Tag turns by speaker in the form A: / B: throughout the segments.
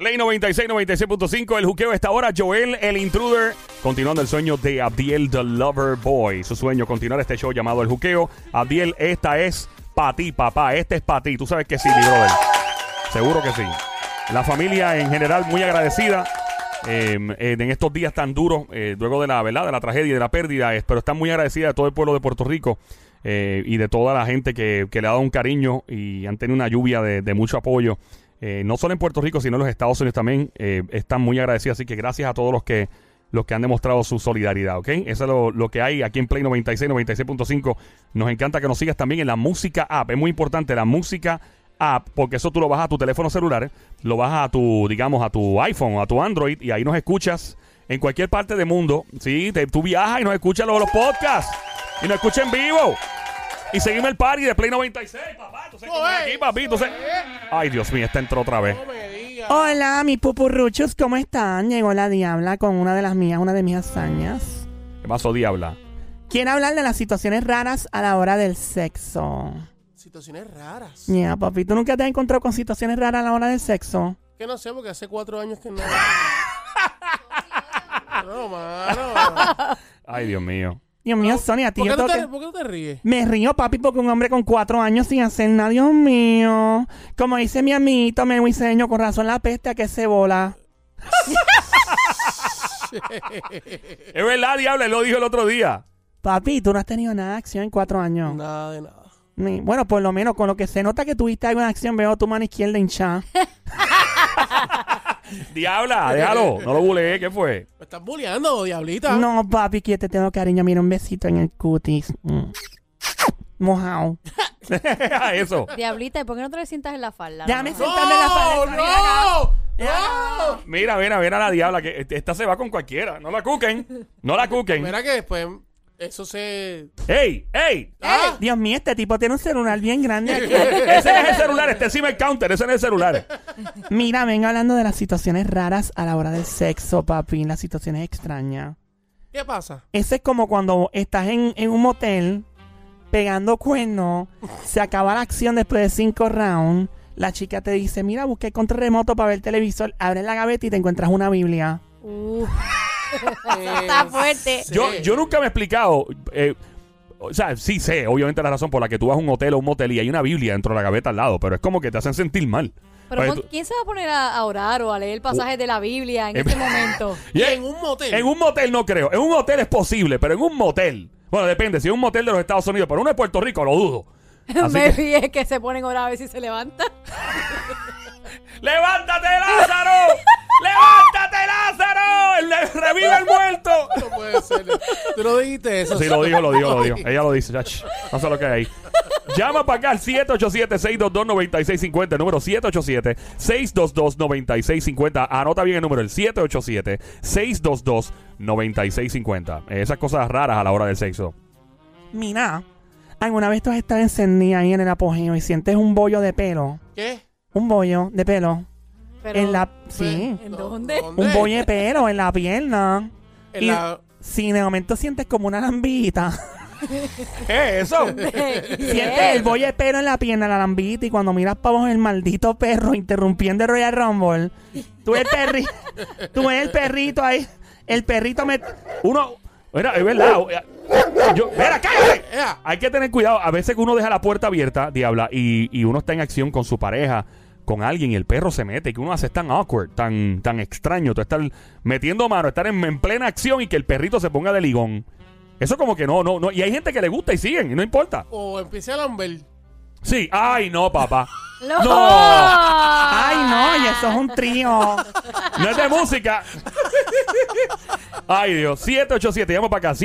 A: Ley 96, 96.5, el juqueo está ahora. Joel, el intruder, continuando el sueño de Abdiel, the lover boy. Su sueño, continuar este show llamado El Juqueo. Abdiel, esta es para ti, papá. Este es para ti. Tú sabes que sí, mi brother. Seguro que sí. La familia en general muy agradecida eh, en estos días tan duros, eh, luego de la, ¿verdad? de la tragedia y de la pérdida, eh, pero está muy agradecida de todo el pueblo de Puerto Rico eh, y de toda la gente que, que le ha dado un cariño y han tenido una lluvia de, de mucho apoyo. Eh, no solo en Puerto Rico, sino en los Estados Unidos también eh, están muy agradecidos. Así que gracias a todos los que los que han demostrado su solidaridad, ¿ok? Eso es lo, lo que hay aquí en Play 96, 96.5. Nos encanta que nos sigas también en la música app. Es muy importante la música app, porque eso tú lo bajas a tu teléfono celular, lo bajas a tu, digamos, a tu iPhone, a tu Android, y ahí nos escuchas en cualquier parte del mundo, ¿sí? Te- tú viajas y nos escuchas los, los podcasts, y nos escuchas en vivo. Y seguimos el party de Play 96, papá. Tú sabes cómo es aquí, papi. Tú sabes- Ay, Dios mío, esta entró otra vez.
B: Hola, mis pupurruchos, ¿cómo están? Llegó la diabla con una de las mías, una de mis hazañas.
A: ¿Qué pasó, diabla?
B: Quiero hablar de las situaciones raras a la hora del sexo.
C: Situaciones raras.
B: Ya, papi, ¿tú nunca te has encontrado con situaciones raras a la hora del sexo?
C: Que no sé, porque hace cuatro años que no. no, mano.
A: Ay, Dios mío.
B: Dios mío, Sonia,
C: ¿Por
B: tío,
C: qué, no te, por qué no te ríes?
B: Me río, papi, porque un hombre con cuatro años sin hacer nada, Dios mío. Como dice mi amiguito, me diseño con razón la peste a que se bola.
A: Es verdad, diabla, él lo dijo el otro día.
B: Papi, tú no has tenido nada de acción en cuatro años.
C: Nada de nada.
B: Ni- bueno, por lo menos con lo que se nota que tuviste alguna acción, veo tu mano izquierda hinchada.
A: Diabla, déjalo. No lo buleé, ¿qué fue?
C: Me estás bulleando, diablita.
B: No, papi, que yo te tengo cariño. Mira, un besito en el cutis. Mm. Mojao.
A: Eso.
D: Diablita, ¿y ¿por qué no te le sientas en la falda?
B: Déjame
D: mamá?
B: sentarme en la
C: ¡No!
B: pared.
C: ¡No!
B: Ah.
C: ¡No!
A: Mira, mira, mira la diabla, que este, esta se va con cualquiera. No la cuquen. No la cuquen.
C: Mira que después eso se.
D: Eh.
A: ¡Ey! ¡Ey!
C: ¡Ah!
B: Dios mío, este tipo tiene un celular bien grande aquí.
A: Ese no es el celular, este encima el counter, ese no es el celular.
B: Mira, vengo hablando de las situaciones raras a la hora del sexo, papi. Las situaciones extrañas.
C: ¿Qué pasa?
B: Ese es como cuando estás en, en un motel pegando cuernos, se acaba la acción después de cinco rounds. La chica te dice, mira, busqué el control remoto para ver el televisor, abres la gaveta y te encuentras una Biblia.
D: Uh, está fuerte.
C: Eh, Sí.
A: Yo, yo nunca me he explicado. eh, o sea, sí sé, obviamente, la razón por la que tú vas a un hotel o un motel y hay una Biblia dentro de la gaveta al lado, pero es como que te hacen sentir mal.
D: Pero
A: Oye,
D: pon-
A: tú-
D: ¿quién se va a poner a, a orar o a leer pasajes de la Biblia en
A: Eh,
D: este momento?
A: Y
C: En un motel.
A: En un motel no creo. En un hotel es posible, pero en un motel. Bueno, depende. Si es un motel de los Estados Unidos, pero uno de Puerto Rico, lo dudo. Así
D: Me
A: que,
D: vi es que se ponen a orar a ver si se levanta.
A: ¡Levántate, Lázaro! ¡Levántate, Lázaro! ¡El- ¡Revive el muerto!
C: No puede ser. Tú no dijiste eso.
A: Sí, lo digo, lo digo, lo digo. Ella lo dice, chach. No sé lo que hay ahí. Llama para acá al 787-622-9650. El número 787-622-9650. Anota bien el número, el 787-622-9650. Eh, Esas cosas raras a la hora del sexo.
B: Mira, alguna vez tú has estado encendida ahí en el apogeo y sientes un bollo de pelo,
C: ¿Qué?
B: un bollo de pelo
D: Pero,
B: en la sí,
D: ¿En dónde?
B: un bollo de pelo en la pierna.
C: En
B: y-
C: la-
B: Si de momento sientes como una lambita,
A: ¿Qué es eso?
B: sientes el bollo de pelo en la pierna, la lambita, y cuando miras para abajo el maldito perro interrumpiendo el Royal Rumble, tú ves el perrito, tú ves el perrito ahí, el perrito me...
A: Uno, mira, es verdad. Yo, mira, cállate.
C: ¡Ea!
A: Hay que tener cuidado. A veces que uno deja la puerta abierta, diabla, y, y uno está en acción con su pareja, con alguien, y el perro se mete, que uno hace tan awkward, tan, tan extraño, tú estar metiendo mano, estar en, en plena acción y que el perrito se ponga de ligón. Eso como que no, no, no. Y hay gente que le gusta y siguen, y no importa.
C: O empiece a lamber.
A: Sí, ay, no, papá.
D: ¡No!
A: No.
B: ¡Ay, no! Y eso es un trío.
A: No es de música. Ay, Dios. 787, llama para acá.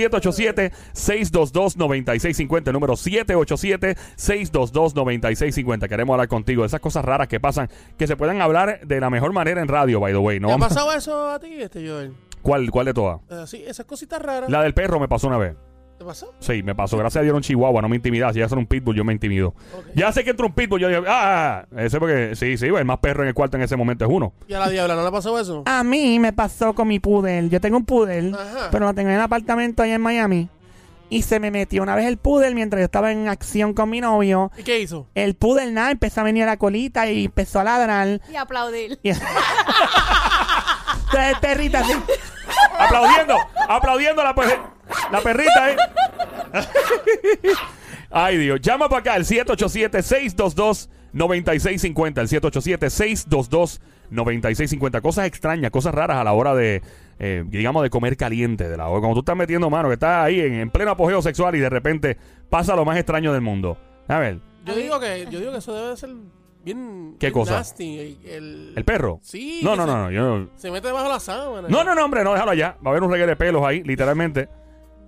A: 787-622-9650. Número 787-622-9650. Queremos hablar contigo de esas cosas raras que pasan, que se puedan hablar de la mejor manera en radio, by the way. ¿no?
C: ¿Te ha
A: vamos-
C: pasado eso a ti, este Joel?
A: ¿Cuál, ¿Cuál de todas?
C: Eh, sí, esas cositas raras.
A: La del perro me pasó una vez.
C: ¿Te pasó?
A: Sí, me pasó. Gracias a Dios era un chihuahua, no me intimidaba. Si ya son un pitbull, yo me intimido. Ya sé que entra un pitbull, yo digo, ah, ah, ah. ese porque, sí, sí, el más perro en el cuarto en ese momento es uno.
C: ¿Y a la diabla no le pasó eso?
B: A mí me pasó con mi pudel. Yo tengo un pudel,
A: Ah,
C: Ajá.
B: pero lo tengo en el apartamento ahí en Miami. y se me metió una vez el poodle mientras yo estaba en acción con mi novio.
C: ¿Y qué hizo?
B: El poodle nada, empezó a venir a la colita y empezó a ladrar.
D: Y aplaudir.
B: Y... Entonces el perrito así.
A: Aplaudiendo, aplaudiendo la, perri- la perrita, ¿eh? Ay, Dios. Llama para acá, el 787-622-9650. El 787-622-9650. Cosas extrañas, cosas raras a la hora de, eh, digamos, de comer caliente. De la hora. Cuando tú estás metiendo mano, que estás ahí en, en pleno apogeo sexual y de repente pasa lo más extraño del mundo. A ver,
C: Yo digo que, yo digo que eso debe de ser bien.
A: ¿Qué
C: bien
A: cosa?
C: nasty, el, el-
A: ¿el perro?
C: Sí.
A: No,
C: que
A: no,
C: se-
A: no, no. Yo,
C: Se mete debajo de la sábana.
A: no, no, no, hombre, no, déjalo allá. Va a haber un reguero de pelos ahí, literalmente.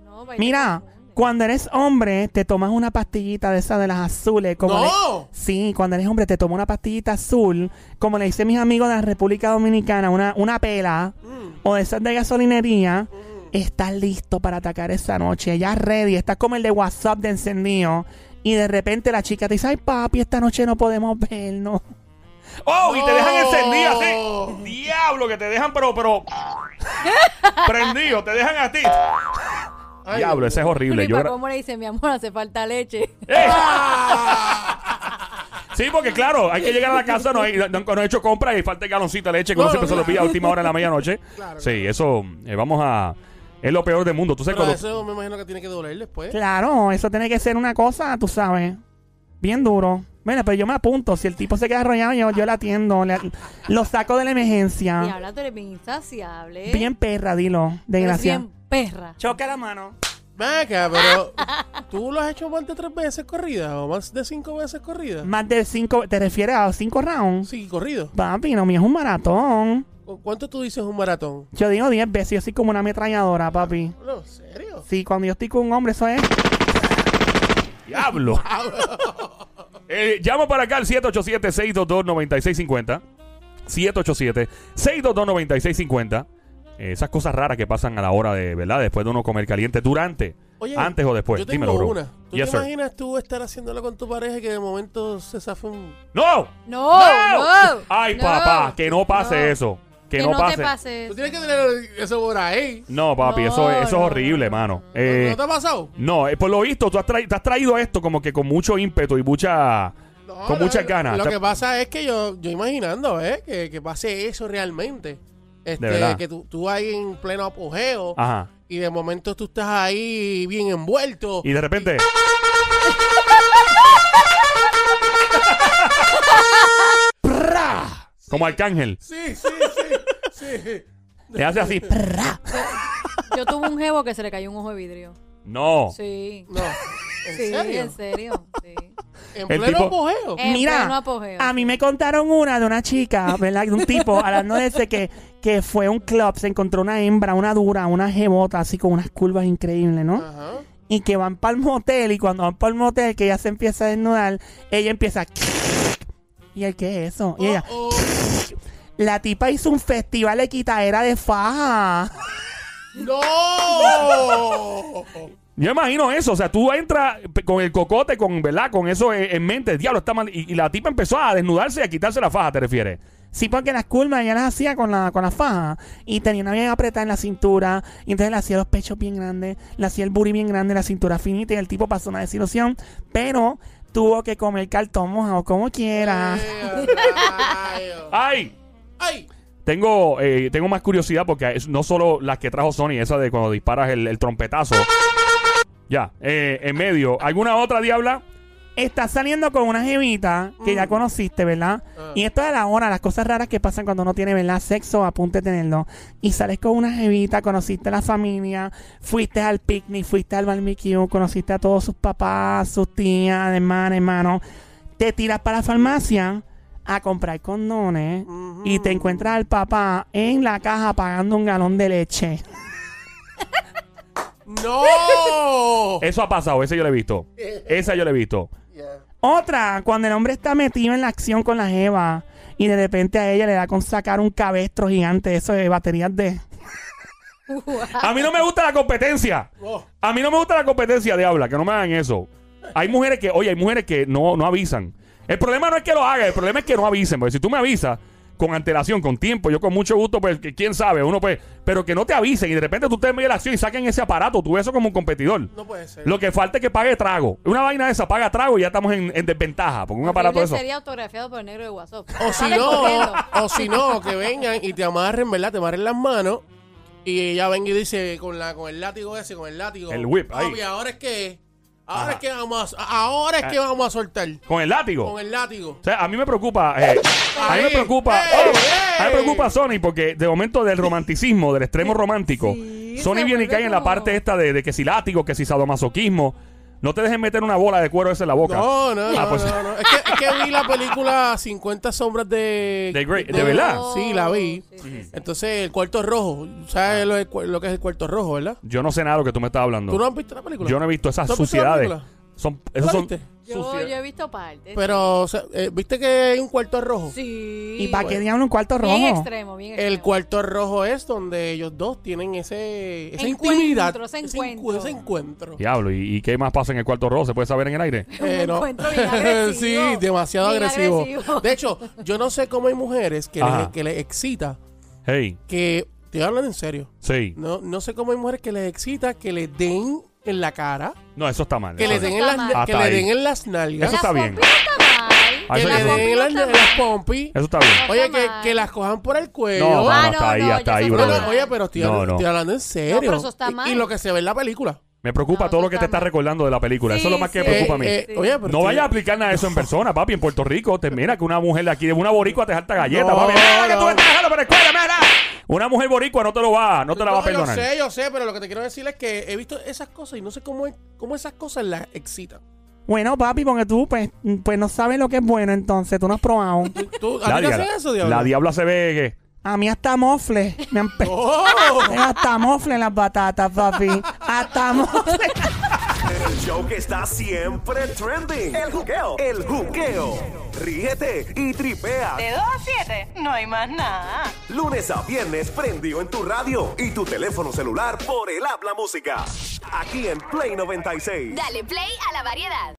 D: No, baby,
B: Mira, cuando eres hombre, te tomas una pastillita de esas de las azules. Como le-
C: ¡No!
B: Sí, cuando eres hombre, te tomas una pastillita azul. Como le dicen mis amigos de la República Dominicana, una, una pela
D: Mm.
B: o de esas de gasolinería. Estás listo para atacar esa noche. Ya ready. Estás como el de WhatsApp de encendido. Y de repente la chica te dice: Ay, papi, esta noche no podemos vernos.
A: ¡Oh! Y te dejan
C: No.
A: encendido
C: Oh.
A: así. ¡Diablo! Que te dejan, pero, pero. prendido, te dejan a ti.
C: Ay,
A: Diablo, ese es horrible. Yo gra-
D: Flipa, ¿Cómo le dicen, mi amor, hace falta leche?
A: ¡Eh! Sí, porque claro, hay que llegar a la casa, no, hay, no, no he hecho compras y falta el galoncito de leche que uno
C: No,
A: siempre se
C: no,
A: lo
C: claro.
A: pilla a última hora de la medianoche.
C: Claro,
A: sí, eso eh, vamos a. Es lo peor del mundo. Tú sabes
C: Pero
A: cuando.
C: eso me imagino que tiene que doler
D: ¿Eh?
C: después.
B: Claro, eso tiene que ser una cosa, tú sabes, bien duro. Bueno, pero yo me apunto. Si el tipo se queda arrollado, yo, yo la atiendo. le- lo saco de la
D: Y
B: emergencia.
D: habla, tú eres bien insaciable. ¿eh?
B: Ah. Bien perra, dilo. De
D: Eres
B: gracia.
D: bien perra.
B: Choca la mano.
C: Venga, pero. ¿Tú lo has hecho más de tres veces corrida o más de cinco veces corrida?
A: Mm.
B: Más de cinco. ¿Te refieres a cinco rounds?
C: Sí, corrido.
B: Papi, no, mío es un maratón.
C: ¿Cu- ¿Cuánto tú dices un maratón?
B: Yo digo diez veces, yo soy como una ametralladora, papi.
C: No, ¿en serio?
B: Sí, cuando yo estoy con un hombre, eso es.
A: ¡Diablo! Eh, llama para acá al 787-622-9650. 787-622-9650. Eh, esas cosas raras que pasan a la hora de, ¿verdad? Después de uno comer caliente, durante,
C: Oye,
A: antes o después.
C: Yo tengo
A: Dímelo, bro.
C: una. ¿Tú
A: Yes,
C: te
A: sir.
C: imaginas tú estar haciéndolo con tu pareja y que de momento se zafe un.
A: ¡No!
C: Oh,
D: No,
A: ¡No!
D: no.
A: Ay,
D: no.
A: papá, que no pase
D: No.
A: eso. Que,
D: Que,
A: no,
D: no,
A: pase.
D: te pase.
C: Tú tienes que tener eso por ahí.
A: No, papi, eso, es-
D: No,
A: eso
D: no,
A: es horrible, mano.
C: ¿No,
A: Eh,
C: no te ha pasado?
A: no, eh, por lo visto, tú has, trai- te has traído esto como que con mucho ímpetu y mucha.
C: No,
A: con
C: no,
A: muchas
C: lo-
A: ganas.
C: Lo
A: Te-
C: que pasa es que yo, yo imaginando, ¿eh? Que, que pase eso realmente. Este,
A: verdad. Ah.
C: que tú, tú ahí en pleno apogeo
A: Ajá.
C: y de momento tú estás ahí bien envuelto.
A: Y de repente. ¡Pra! Como arcángel.
C: Sí, sí, sí, sí.
A: Le hace así. ¡Pra!
D: Yo tuve un jevo que se le cayó un ojo de vidrio.
A: No.
D: Sí.
C: No. ¿En
D: sí, Eh,
C: serio?
D: en serio. Sí.
C: ¿En
A: El
C: pleno
A: tipo-
C: apogeo?
D: En
B: Mira,
D: pleno apogeo.
B: A mí me contaron una de una chica, ¿verdad? De un tipo, hablando de ese que, que fue a un club, se encontró una hembra, una dura, una jebota, así con unas curvas increíbles, ¿no?
C: Ajá.
B: y que van para el motel y cuando van para el motel que ella se empieza a desnudar, ella empieza a y el qué es eso y ella
C: Oh,
B: la tipa hizo un festival de quitadera de faja
C: oh. ¡No!
A: Yo imagino eso, o sea, tú entras pe- con el cocote, con, ¿verdad? Con eso en en mente, diablo, está mal. Y, y la tipa empezó a desnudarse y a quitarse la faja, ¿te refieres?
B: sí porque las curvas ella las hacía con la con la faja y tenía una bien apretada en la cintura y entonces le hacía los pechos bien grandes le hacía el booty bien grande la cintura finita y el tipo pasó una desilusión pero tuvo que comer cartón mojado como quiera
C: Eh, rayo.
A: ¡Ay!
C: ¡Ay!
A: Tengo, eh, tengo más curiosidad porque es- no solo las que trajo Sony, esa de cuando disparas el, el trompetazo. Ya, eh, en medio. ¿Alguna otra diabla?
B: Estás saliendo con una jevita que ya conociste, ¿verdad?
C: Ah.
B: Y esto es a la hora, las cosas raras que pasan cuando uno tiene, ¿verdad? Sexo, apunte tenerlo. Y sales con una jevita, conociste a la familia, fuiste al picnic, fuiste al barbecue, conociste a todos sus papás, sus tías, hermanos, hermanos. Te tiras para la farmacia a comprar condones y
C: Uh-huh.
B: te encuentras al papá en la caja pagando un galón de leche.
C: ¡No!
A: Eso ha pasado, esa yo la he visto. Esa yo la he visto.
C: Yeah.
B: Otra, cuando el hombre está metido en la acción con la jeva y de repente a ella le da con sacar un cabestro gigante, eso de baterías de...
A: A mí no me gusta la competencia.
C: Oh.
A: A mí no me gusta la competencia, diabla, que no me hagan eso. Hay mujeres que, oye, hay mujeres que no, no avisan. El problema no es que lo hagan, el problema es que no avisen, porque si tú me avisas, con antelación, con tiempo. Yo con mucho gusto, pues, que quién sabe, uno pues, pero que no te avisen y de repente tú te en medio de la acción y saquen ese aparato, tú ves eso como un competidor.
C: No puede ser.
A: Lo que falta es que pague trago. Una vaina de esa paga trago y ya estamos en, en desventaja. Porque un aparato de eso.
D: Horrible
A: Oh,
D: sería autografiado por el negro de WhatsApp.
C: O si
D: Sale
C: no,
D: corriendo.
C: o si no, que vengan y te amarren, ¿verdad? Te amarren las manos. Y ella venga y dice con la con el látigo ese, con el látigo.
A: El whip, ahí.
C: Papi, ahora es que ahora
A: Ajá. Ah.
C: es que vamos a, ahora es que vamos a soltar
A: Con el látigo.
C: con el látigo.
A: O sea, a mí me preocupa. eh, a mí me
C: Ahí.
A: preocupa.
C: ¡Ey,
A: oh, a mí me
C: ey!
A: preocupa Sony porque de momento del romanticismo, del extremo romántico,
D: Sí,
A: Sony
D: se
A: viene y cae
D: vuelve
A: en la
D: como-
A: parte esta de, de que si látigo, que si sadomasoquismo. No te dejes meter una bola de cuero esa en la boca.
C: No, no,
A: Ah,
C: no,
A: pues-
C: no, no. Es, que, es que vi la película 50 sombras de
A: De Grey- de verdad.
C: Sí, la vi.
D: Oh, Sí, sí, sí.
C: Entonces, el cuarto rojo, ¿sabes lo, de- lo que es el cuarto rojo, verdad?
A: Yo Ah. no sé nada de lo que tú me estás hablando.
C: ¿Tú no has visto la película?
A: Yo no he visto esas
C: ¿Tú has visto la
A: suciedades.
C: película?
A: Son,
C: ¿Tú
A: esos
C: la
A: son
C: viste?
D: Yo,
A: suciedades.
D: yo he visto partes.
C: Pero, o sea, eh, ¿viste que hay un cuarto rojo?
D: sí.
B: ¿Y para qué
C: bueno.
B: diablo un cuarto rojo?
D: Bien extremo, bien extremo.
C: El cuarto rojo es donde ellos dos tienen ese, esa
D: Encuentro,
C: intimidad.
D: ese
C: ese
D: encuentro.
C: encu- Ese encuentro.
A: Diablo, ¿y, y qué más pasa en el cuarto rojo? ¿Se puede saber en el aire?
C: Eh, no.
D: encuentro bien agresivo.
C: sí, demasiado
D: Bien
C: agresivo.
D: agresivo.
C: De hecho, yo no sé cómo hay mujeres que
A: Ajá.
C: les, que les excita
A: Hey,
C: que. Te hablan en serio.
A: sí.
C: No, no sé cómo hay mujeres que les excita que les den en la cara,
A: No, eso está mal.
C: que,
A: Eso
C: les
D: eso
C: den, en las,
D: está mal.
C: que
A: Hasta
C: le
A: ahí.
C: den en las nalgas,
A: Eso
D: La
A: está bien.
D: pompita está mal.
A: Ah,
D: Que
A: eso sí.
C: que le
D: la
C: den en
D: pompita
C: las,
D: está
C: en las
D: mal.
C: pompis.
A: Eso está bien.
D: Está
C: Oye, que,
D: mal.
C: que las cojan por el cuello.
A: No, no, no,
D: Ah, no,
A: está ahí,
D: no,
A: hasta
D: ya
A: ahí,
D: se
A: bro.
C: No,
D: brother.
C: no, oye, pero estoy,
A: No,
C: hablando,
A: no.
C: estoy hablando en serio.
D: pero eso está
C: Y-
D: mal.
C: Y, lo que se ve en la película.
A: Me preocupa
D: No,
A: todo
D: eso
A: lo que te
D: está
A: estás
D: mal.
A: recordando de la película. eso es lo más que me
D: Sí,
A: preocupa a mí.
D: sí.
C: Eh, oye, pero
A: No
C: estoy-
A: vaya a aplicar nada de eso en persona, papi, en Puerto Rico. Te mira que una mujer de aquí, de una boricua te salta galleta,
C: No,
A: papi. ¡Mira que tú
C: no.
A: estás dejando por la escuela, mira! Una mujer boricua no te lo va, no te la va a
C: No, yo
A: perdonar.
C: sé, yo sé, pero lo que te quiero decir es que he visto esas cosas y no sé cómo, es- cómo esas cosas las excitan.
B: Bueno, papi, porque tú pues, pues no sabes lo que es bueno, entonces tú no has probado.
C: ¿Tú, ¿A
A: La,
C: ti te
A: diabla,
C: hacen eso,
A: la
C: diablo?
A: diabla se ve
B: A mí hasta mofle me han pe...
C: ¡Oh!
B: Tengo hasta mofle en las batatas, papi. Hasta mofle.
E: El show que está siempre trending. El juqueo. El juqueo. Ríete y tripea.
F: De 2 a 7, no hay más nada.
E: Lunes a viernes prendido en tu radio y tu teléfono celular por el habla música. Aquí en Play 96.
G: Dale play a la variedad.